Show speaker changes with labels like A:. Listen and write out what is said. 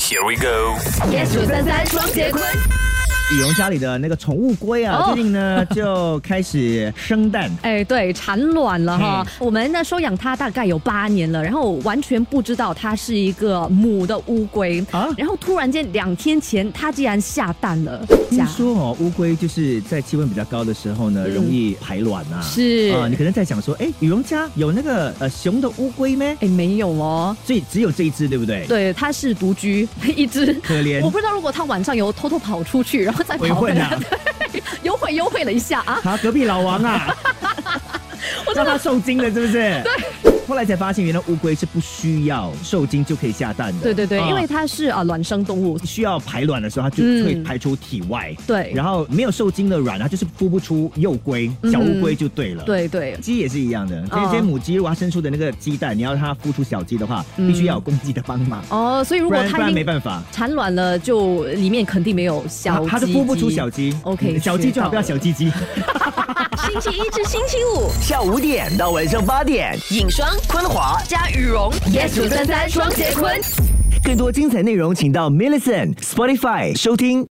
A: Here we go。
B: yes 九三三双节棍，
C: 羽绒家里的那个宠物龟啊，
B: 哦
C: 最 近呢就开始生蛋。
B: 哎，对，产卵了哈。我们呢收养它大概有八年了，然后完全不知道它是一个母的乌龟
C: 啊
B: 然后突然间两天前它竟然下蛋了，
C: 听说哦，乌龟就是在气温比较高的时候呢，
B: 嗯
C: 容易排卵啊。
B: 是
C: 啊，你可能在想说，哎，羽绒家有那个呃雄的乌龟咩？
B: 哎没有哦，
C: 所以只有这一只，对不对？，
B: 对，它是独居 一只。
C: 可怜
B: 我不知道如果它晚上有偷偷跑出去，然后再
C: 鬼
B: 跑回
C: 混
B: 来，
C: 啊！
B: 有悔有悔了一下啊。
C: 好，隔壁老 王啊，让他受惊了，是不是？对。后来才发现，原来乌龟是不需要受精就可以下蛋的。
B: 对对对，
C: 啊
B: 因为它是啊卵生动物，
C: 需要排卵的时候，它就
B: 嗯
C: 会排出体外。
B: 对
C: 然后没有受精的卵，它就是孵不出幼龟、
B: 嗯
C: 小乌龟就对了。。
B: 对对，
C: 鸡也是一样的，这
B: 哦
C: 些母鸡如果它生出的那个鸡蛋，你要让它孵出小鸡的话，
B: 嗯
C: 必须要有公鸡的帮忙，
B: 哦，所以如
C: 不
B: 果
C: 然不
B: 它
C: 然
B: 已
C: 没
B: 经
C: 办法，
B: 产卵了，就里面肯定没有小
C: 它
B: 鸡
C: 它是孵不出
B: 鸡
C: 小鸡。
B: OK，
C: 嗯小鸡最好不要
B: 学到
C: 小 鸡鸡。
D: 星期一至星期五，
E: 下午五点到晚上八点，
D: 影双
E: 昆华。
D: 加羽绒
B: yes 九三三双节棍。
E: 更多精彩内容，请到 Millison Spotify 收听。